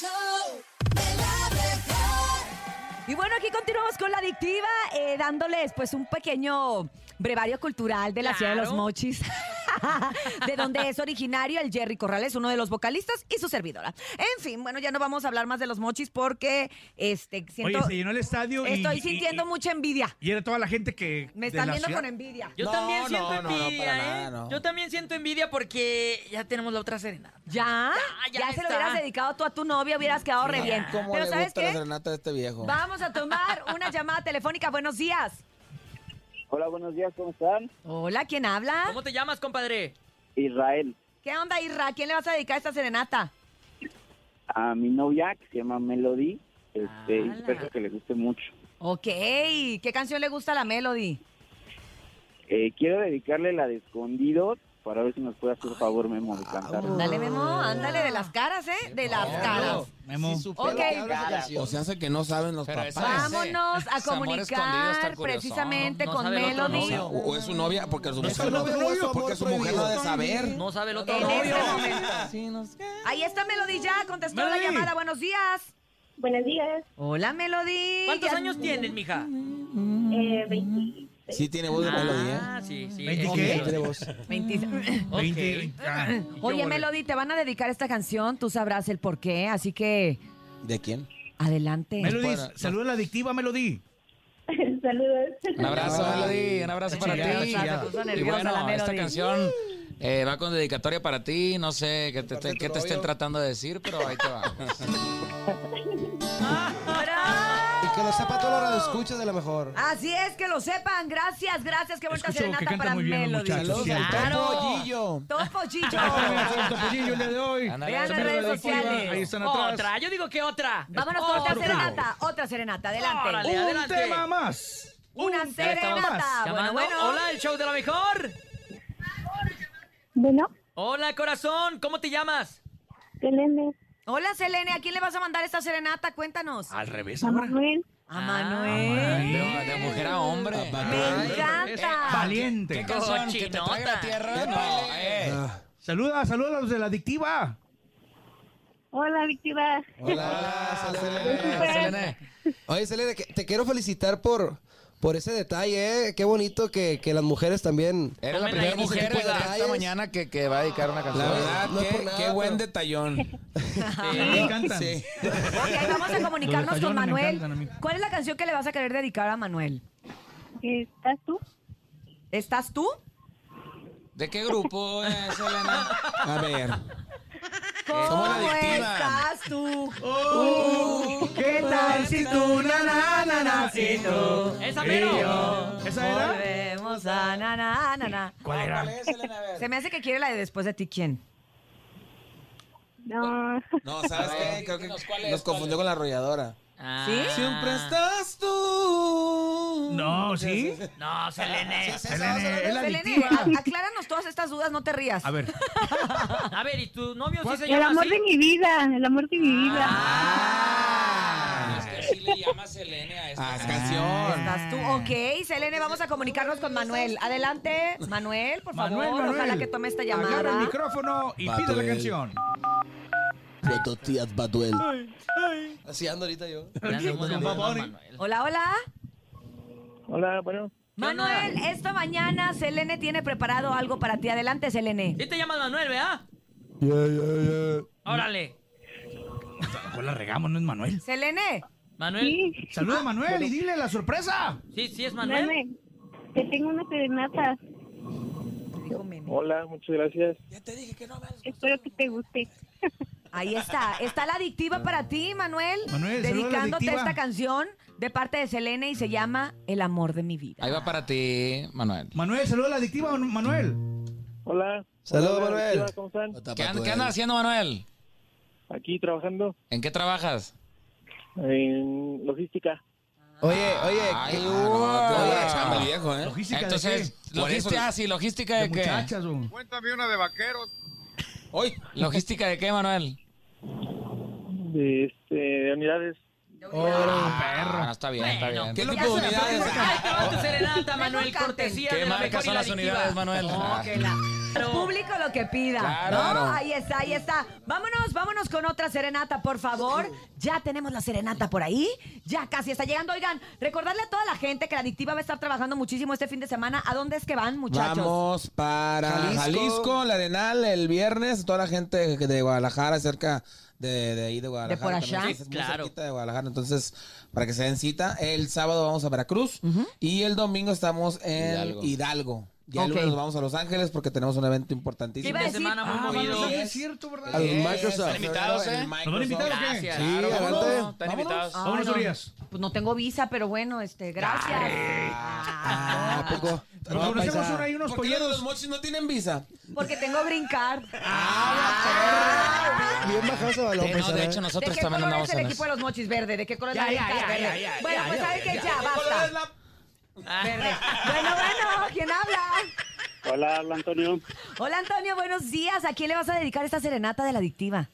show de la mejor. Y bueno, aquí continuamos con la adictiva, eh, dándoles pues un pequeño brevario cultural de la ciudad de los Claro. mochis. de donde es originario el Jerry Corrales, uno de los vocalistas y su servidora. En fin, bueno, ya no vamos a hablar más de los mochis porque este siento Oye, se llenó el estadio y- estoy y- sintiendo y- mucha envidia. Y era toda la gente que. Me de están la viendo ciudad- con envidia. Yo No, también no, siento no, no, para envidia, nada, ¿eh? no. Yo también siento envidia porque ya tenemos la otra serenata. ¿Ya? Ya, ya Ya, se lo está. hubieras dedicado tú a tu novia, hubieras quedado re bien. ¿Cómo Pero le ¿sabes gusta qué? la serenata de este viejo? Vamos a tomar una llamada telefónica. Buenos días. Hola, buenos días, ¿cómo están? Hola, ¿quién habla? ¿Cómo te llamas, compadre? Israel, ¿Qué onda, Irra? ¿A ¿Quién le vas a dedicar esta serenata? a mi novia que se llama Melody, este, y Ah, Ala. espero que le guste mucho. Ok, ¿qué canción le gusta a la Melody? Eh, quiero dedicarle la de Escondidos para ver si nos puede hacer favor, Memo, de cantar. Ándale, ah, Memo, ándale de las caras, ¿eh? De las caras. Memo. Ok. O sea, hace que no saben los Pero papás. esa es- Vámonos a Ese amor escondido está comunicar curioso, precisamente ¿no? No con sabe el otro O, Melody. sea, o- o es su novia, porque su ¿Es mujer su no novio, sabe eso, amor porque su mujer no ha de sabe. No sabe el otro En novio. este momento. Ahí está Melody ya, contestó la Melody. llamada. Buenos días. Buenos días, Hola, Melody. ¿Cuántos Ya- años tienes, mija? eh, 20. Sí tiene voz de ¿eh? melodía. Ah, sí, sí. ¿Veinti Ok. qué? Tiene voz. 20. Ok. 20. Ah, Oye, Mm. Yo volví. Melody, te van a dedicar esta canción, tú sabrás el por qué, así que ¿De quién? adelante. Melody, Para- saluda a la adictiva, Melody. Saludos. Un abrazo, Ay. Melody. Un abrazo para Chillada, ti. chata, puso Y nerviosa la bueno, esta Melody. canción eh, va con dedicatoria para ti. No sé qué te, Aparte qué tu te estén novio. tratando de decir, pero ahí te va. Y que lo sepa todo lo escuchas de la mejor. Así es, que lo sepan. Gracias, gracias. Qué bonita Escucho que serenata cantan para muy bien los Melody. muchachos. Saludos al Claro. Topo Gillo. Topo Chicho. el día de hoy. Ándale, Vean las Melody, redes por favor. sociales. Ahí están atrás. Otra, yo digo que otra. Vámonos con otra Otro. serenata. Otra serenata, adelante. Órale. Un Adelante. tema más. Una Un tema más. serenata. Bueno, Llamando. Ah, bueno. Hola, el show de la mejor. Bueno, Hola, corazón. ¿Cómo te llamas? Selene, Hola, Selene. ¿A quién le vas a mandar esta serenata? Cuéntanos. Al revés. a Manuel, A De, Manuel. de mujer a hombre. Me Ay, encanta. Valiente. ¿Qué canción? ¿Que te traiga Cochinota. la tierra? No, eh. Saluda, saluda a los de la adictiva. hola, Víctima. Hola, Selene. Eh, Selene. Oye, Selene, que- te quiero felicitar por, por ese detalle, ¿eh? Qué bonito que, que las mujeres también. Eres la Tomen primera ahí mujer ese tipo de de esta detalles. mañana que, que va a dedicar una canción. La Ah, verdad, no es qué, por nada, qué buen pero- detallón. Ah. Me encantan. Sí. Ok, vamos a comunicarnos Los detallones con me Manuel. encantan a mí. ¿Cuál es la canción que le vas a querer dedicar a Manuel? ¿Estás tú? ¿Estás tú? ¿De qué grupo es, Selena? A ver. ¿Cómo la adictiva. estás tú? Oh. Uh. ¿Qué tal si tú na na na na si tú? Esa mero. ¿Esa era? Volvemos a na, na, na, na. ¿Cuál era? Se me hace que quiere la de después de ti, ¿quién? No. No, ¿sabes qué? Creo que Dinos, ¿cuál es? nos confundió con la arrolladora. Ah. ¿Sí? Siempre estás tú. No, ¿sí? No, Selene, Selene. es la Eh, Selene, adictiva. a- acláranos todas estas dudas, no te rías. A ver. A ver, ¿y tu novio sí se El llama amor así? Ah. de mi vida, el amor de mi vida. Es que sí le llama Selene a esta Ah, es canción. ¿Estás tú? Ok, Selene, vamos a comunicarnos con Manuel. Adelante, Manuel, por favor, Manuel, Manuel. ojalá que tome esta Agarra el llamada. micrófono y pide la Manuel. canción. Foto tías Baduel. Así ando ahorita yo. Con Bad Bunny. Hola, hola. Hola, bueno. Manuel, esta mañana Selene tiene preparado algo para ti. Adelante, Selene. Sí te llamas Manuel, ¿verdad? Órale. Mejor la regamos, no es Ah, Manuel. Selene, Manuel. Sí, Saluda a Manuel y dile la sorpresa. Sí, sí es Manuel. Manuel, te tengo una serenata. dijo Meme. Hola, muchas gracias. Espero que te guste. Ahí está, está la adictiva para ti, Manuel. Manuel, saluda a la dedicándote adictiva. esta canción de parte de Selene y se llama El amor de mi vida. Ahí va para ti, Manuel. Manuel, saluda a la adictiva, Manuel. Hola. Saludos, Hola, Manuel. Adictiva, ¿Cómo están? ¿Qué, an- qué andas haciendo, Manuel? Aquí trabajando ¿En qué trabajas? en logística. Oye, oye. Ay, qué- no, Ah, tú no, eres- chamba, el viejo, ¿eh? Logística de Entonces, qué? Por eso logística, ah, los- sí, logística De de qué? muchachas, o- Cuéntame una de vaqueros. Hoy. ¿Logística de qué, Manuel? De, este, de unidades. Ah, no, está bien, está Bueno, bien. ¿Qué Ya tipo de se la unidades? pongo. Ahí te va tu serenata, Manuel. canten. Cortesía ¿Qué de la marcas mejor y son la las adictiva. unidades, Manuel? No, que la- Público lo que pida. Claro. ¿no? Ahí está, ahí está. Vámonos, vámonos con otra serenata, por favor. Ya tenemos la serenata por ahí. Ya casi está llegando. Oigan, recordarle a toda la gente que la adictiva va a estar trabajando muchísimo este fin de semana. ¿A dónde es que van, muchachos? Vamos para Jalisco. Jalisco. La Arenal, el viernes. Toda la gente que- de Guadalajara, cerca de, de ahí de Guadalajara. por allá? también, es muy Claro. cerquita de Guadalajara, entonces, para que se den cita. El sábado vamos a Veracruz y el domingo estamos en Hidalgo. Hidalgo. Ya el Ok. lunes nos vamos a Los Ángeles porque tenemos un evento importantísimo. Eh, Fin de semana muy Ah, movido. vamos a- cierto, ¿verdad? A los Microsoft. Están invitados, El ¿eh? Microsoft. ¿Nos van a invitar o qué? Gracias. Sí, Claro, ¿cómo adelante. no? Están invitados. Ah, Vámonos, no. Urias. Pues no tengo visa, pero bueno, este, gracias. Ah, ¿a Ah, poco? Nos No, conocemos paisa. una y unos ¿Por qué los polleros. mochis no tienen visa? porque tengo green card. Ah, Bien bajado ese balón, Eh, no, paisa, de ¿eh? hecho, ¿De nosotros qué también color andamos es el en equipo eso. de los mochis? Verde. ¿De qué color Ya, es la ya, green card? ya, Verde. ya, ya, bueno, ya, pues ya, saben que ya. ya, basta. Verde. Bueno, bueno, ¿quién habla? Hola, habla Antonio. Hola Antonio, buenos días. ¿A quién le vas a dedicar esta serenata de la adictiva?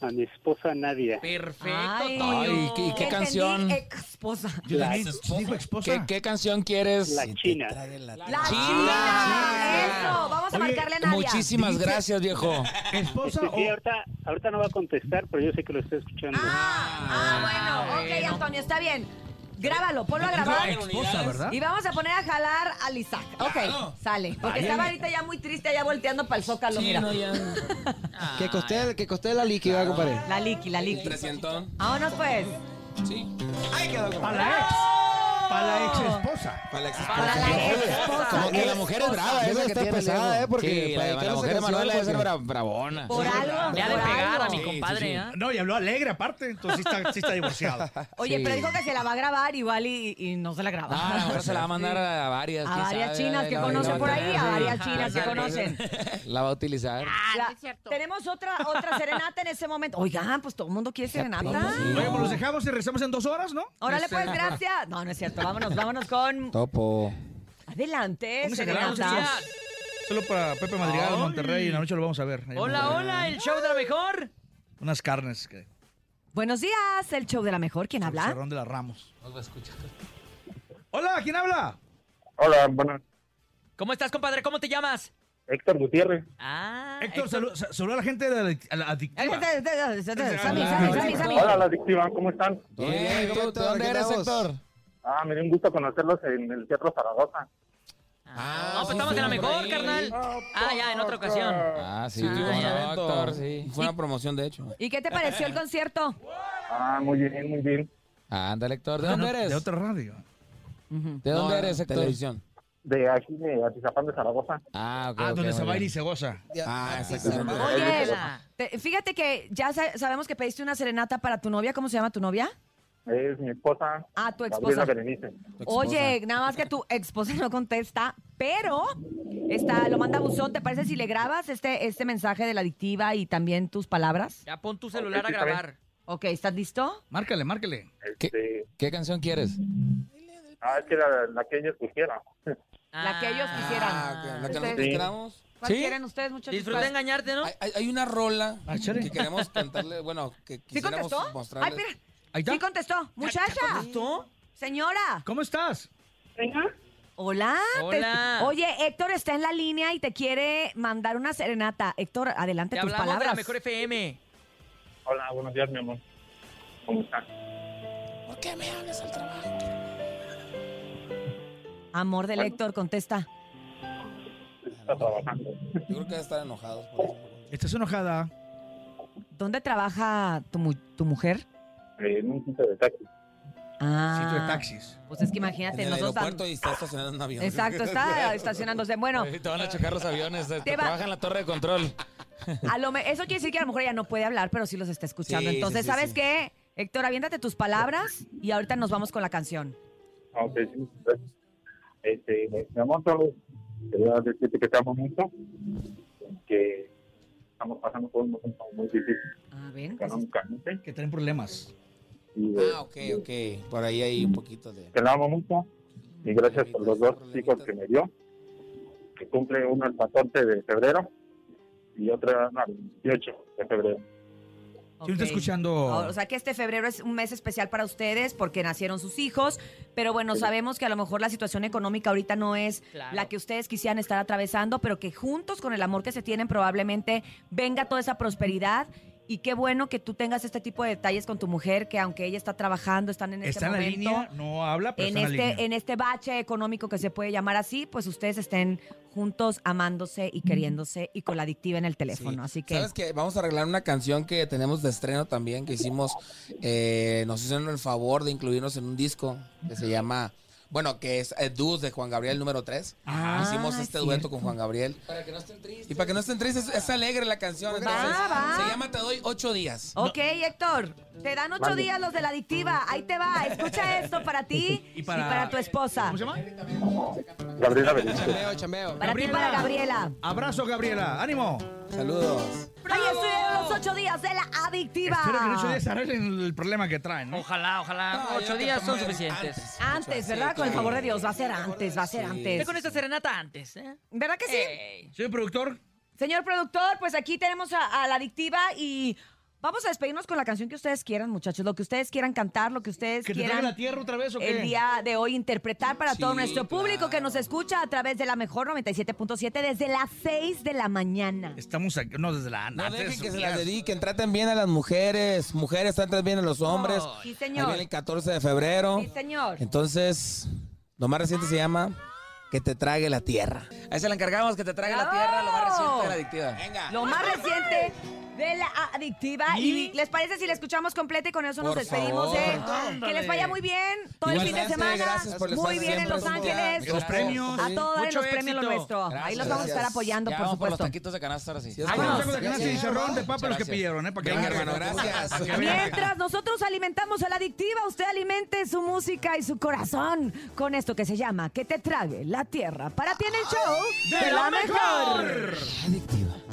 A mi esposa Nadia. Perfecto, Ay. Toño. ¿y qué canción? Esposa. Yo también digo esposa. ¿Qué, ¿Qué canción quieres? La China. La China. China. Eso, vamos a Oye, marcarle a Nadia. Muchísimas Dijiste- gracias, viejo. ¿Esposa Sí, o ahorita, ahorita no va a contestar, pero yo sé que lo está escuchando. Ah, ah, bueno, ok, Antonio, está bien. Grábalo, ponlo a grabar. esposa, verdad? Y vamos a poner a jalar al Isaac. Ok, sale. Porque estaba ahorita ya muy triste, allá volteando para el zócalo, mira. Que Ah, costee, que costee la liqui, va, compadre. La liqui, la liqui. Vámonos pues. Para la ex. Para la ex esposa. Ah, Para la esposa. Como que la mujer es brava, Debe esa que estar tiene pesada, luego. ¿eh? Porque Sí, para la, la dedicar esa mujer de canción, Manuela debe ser porque- bra- bravona. Por algo. Le ha de por pegar a algo. mi compadre, ¿ah? No, y habló alegre aparte, entonces sí está, sí está divorciado. Oye, Sí. pero dijo que se la va a grabar igual y, y no se la graba. Ah, ahora se la va a mandar a varias. A quién varias sabe, chinas la- que la- conoce la- por ahí, a sí. varias chinas que Ajá, conocen. La va a utilizar. La- Tenemos otra, otra serenata en ese momento. Oigan, pues todo el mundo quiere serenata. Oye, pues los dejamos y regresamos en dos horas, ¿no? Órale, pues, gracias. No, no es cierto. Vámonos, vámonos con. Topo. Adelante, Vamos a grabar, serenata. sí, Solo para Pepe Madrigal en Monterrey, en la noche lo vamos a ver. Ahí en Hola, Monterrey. hola, el show de la mejor. Unas carnes. Que, Buenos días, el show de la mejor. ¿Quién habla? Cerrón de las Ramos. Hola, ¿quién habla? Hola, bueno, ¿Cómo estás, compadre? ¿Cómo te llamas? Héctor Gutiérrez. Ah, Héctor, saluda a la gente de la, a la Eh, adictiva. Sammy, Sammy, Sammy, Sammy. Hola, la adictiva, ¿cómo están? Bien, Bien, ¿tú- Héctor, ¿tú dónde ¿qué eres, tal vos? Héctor? Ah, me dio un gusto conocerlos en el Teatro Zaragoza. Ah, no, pues sí, estamos en la sí, mejor, sí. carnal. Ah, ya, en otra ocasión. Ah, sí, Ah, cómo ya. no, Héctor, sí. Fue una promoción, de hecho. ¿Y qué te pareció el concierto? Ah, muy bien, muy bien. Ah, Ándale, Héctor. ¿De Ah, no, dónde eres? De otra radio. ¿De dónde eres, Héctor? Televisión. De aquí, de Atizapán de Zaragoza. Ah, ok, Ah, ok, donde muy se baila bien. y se goza. Ah, exactamente. Oye, te- fíjate que ya sa- sabemos que pediste una serenata para tu novia. ¿Cómo se llama tu novia? Es mi esposa. Ah, tu Gabriela esposa. Berenice. Oye, nada más que tu esposa no contesta, pero está, lo manda buzón. ¿Te parece si le grabas este, este mensaje de la adictiva y también tus palabras? Ya pon tu celular a sí, está bien. grabar. Ok, ¿estás listo? Márcale, márcale. Este, ¿Qué canción quieres? ah, es que la, la que ellos quisiera. La que ellos quisieran. Ah, ok, la que Ustedes- nosotros queramos. ¿Cuál ¿Sí? quieren ustedes, muchachos? Disfruta engañarte, ¿no? Hay, hay- hay una rola Ah, chale. que queremos cantarle, bueno, que ¿Sí quisiéramos contestó? Ay, mostrarles. mira. Ahí está. Sí contestó. Muchacha. ¿Tú? Señora. ¿Cómo estás? Bueno, Hola. te- Hola. Oye, Héctor está en la línea y te quiere mandar una serenata. Héctor, adelante Te tus hablamos de palabras. la mejor FM. Hola, buenos días, mi amor. ¿Cómo estás? e-, Amor del Héctor, contesta. ¿Estás trabajando? Yo creo que debe estar enojados por eso. ¿Estás enojada? ¿Dónde trabaja tu, mu- tu mujer? eh, En un sitio de taxi. Ah. Sitio de taxis. Pues es que imagínate, En el nosotros... aeropuerto tam- y está estacionando un avión. Exacto, está estacionándose. Bueno, Ahí Te van a chocar los aviones, te, Te va- trabajan en la torre de control. a lo me- eso quiere decir que a lo mejor ella no puede hablar, pero sí los está escuchando. Sí, sí, Entonces, sí, ¿sabes sí. qué? Héctor, aviéntate tus palabras y ahorita nos vamos con la canción. Ah, ok, sí. Este, mi amor, solo quería decirte que te amo mucho. Que estamos pasando por un momento muy difícil Ah, ven. pues, económicamente. Que traen problemas. Y, eh, Ah, ok, ok. Por ahí hay un poquito de... que la amo mucho y gracias por los dos hijos que me dio, que cumple uno el 14 de febrero y otro el 18 de febrero. Si no está Ok. escuchando. O sea que este febrero es un mes especial para ustedes porque nacieron sus hijos, pero bueno, sabemos que a lo mejor la situación económica ahorita no es Claro. la que ustedes quisieran estar atravesando, pero que juntos con el amor que se tienen probablemente venga toda esa prosperidad. Y qué bueno que tú tengas este tipo de detalles con tu mujer, que aunque ella está trabajando, están en este está en la momento línea, no habla, pero en está en la este, línea. en este bache económico que se puede llamar así, pues ustedes estén juntos amándose y queriéndose y con la adictiva en el teléfono. Así que ¿Sabes que Vamos a arreglar una canción que tenemos de estreno también, que hicimos, eh, nos hicieron el favor de incluirnos en un disco que se llama, bueno, que es eh, Dúos de Juan Gabriel número 3. Ah, hicimos este cierto. dueto con Juan Gabriel. Para que no estén tristes. Y para que no estén tristes, es alegre la canción. entonces, va. Se llama Te doy ocho días. Ok, Héctor, te dan ocho Mande. días los de la adictiva. Ahí te va. Escucha esto para ti y Y para, para- tu esposa. ¿Cómo se llama? Gabriela Benítez. Chameo, chameo. Para ti y para Gabriela. Abrazo, Gabriela. ánimo. Saludos. Ahí estuvieron los ocho días de la adictiva. Espero que en ocho días arreglen el problema que traen, ¿no? Ojalá, ojalá. No, yo Ocho creo que días son tomen suficientes. antes. Antes, ¿verdad? Con el favor de Dios, va a ser antes, va a ser Ve antes. con esta serenata antes, ¿eh? ¿Verdad que sí? Ey. Soy productor. Señor productor, pues aquí tenemos a, a la adictiva y vamos a despedirnos con la canción que ustedes quieran, muchachos. Lo que ustedes quieran cantar, lo que ustedes ¿Que te Pues traiga quieran. la tierra otra vez o qué? el día de hoy interpretar para todo Sí, nuestro público que nos escucha a través de la mejor 97.7 desde las 6 de la mañana. Estamos aquí. No, desde la No antes, dejen que se días. las dediquen, traten bien a las mujeres, mujeres traten bien a los hombres. Sí, Ahí señor. viene el 14 de febrero. Sí, señor. Entonces, lo más reciente se llama Que te trague la tierra. A ese le encargamos que te traiga la ¡Bravo! tierra, lo más reciente de la adictiva. Venga. Lo más reciente de la adictiva. ¿Y? les parece si la escuchamos completa y con eso nos Por despedimos? favor. eh? Ándale. Que les vaya muy bien todo el fin de Igualmente, semana. gracias por el muy espacio bien en siempre, Los Cintia. Ángeles. Los premios. A todos en Mucho los premios lo éxito. nuestro. Ahí los Gracias. vamos a estar apoyando, Ya por vamos por los supuesto. taquitos de canasta ahora sí. Sí, es Ahí Vámonos. vamos a ganar Gracias. chicharrón de papa los que Gracias. pidieron, ¿eh? Para que Venga, vean que- hermano, gracias. para que vean que- Mientras nosotros alimentamos a la adictiva, usted alimente su música y su corazón con esto que se llama Que te trague la tierra. Para ti en el show ¡De la mejor! Adictiva.